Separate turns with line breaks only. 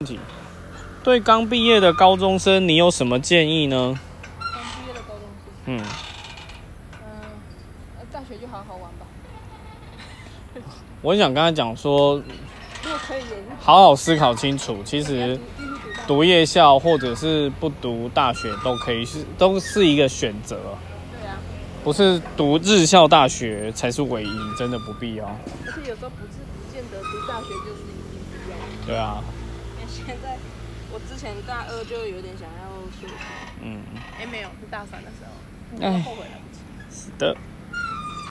问题，对刚毕业的高中生，你有什么建议呢？
刚毕业的高中生，
嗯，
嗯、呃，大学就好好玩吧。
我想跟他讲说，
如果可以，也是
好好思考清楚。其实
必须读大
读夜校或者是不读大学都可以，是都是一个选择，
对啊，
不是读日校大学才是唯一，真的不必要。
而且有时候不是不见得读大学就是一定必要。
对啊，
因为现在我之前大二就有点想要休学，
嗯，
哎、没有，是大三的时候，
哎
后悔了。
是的，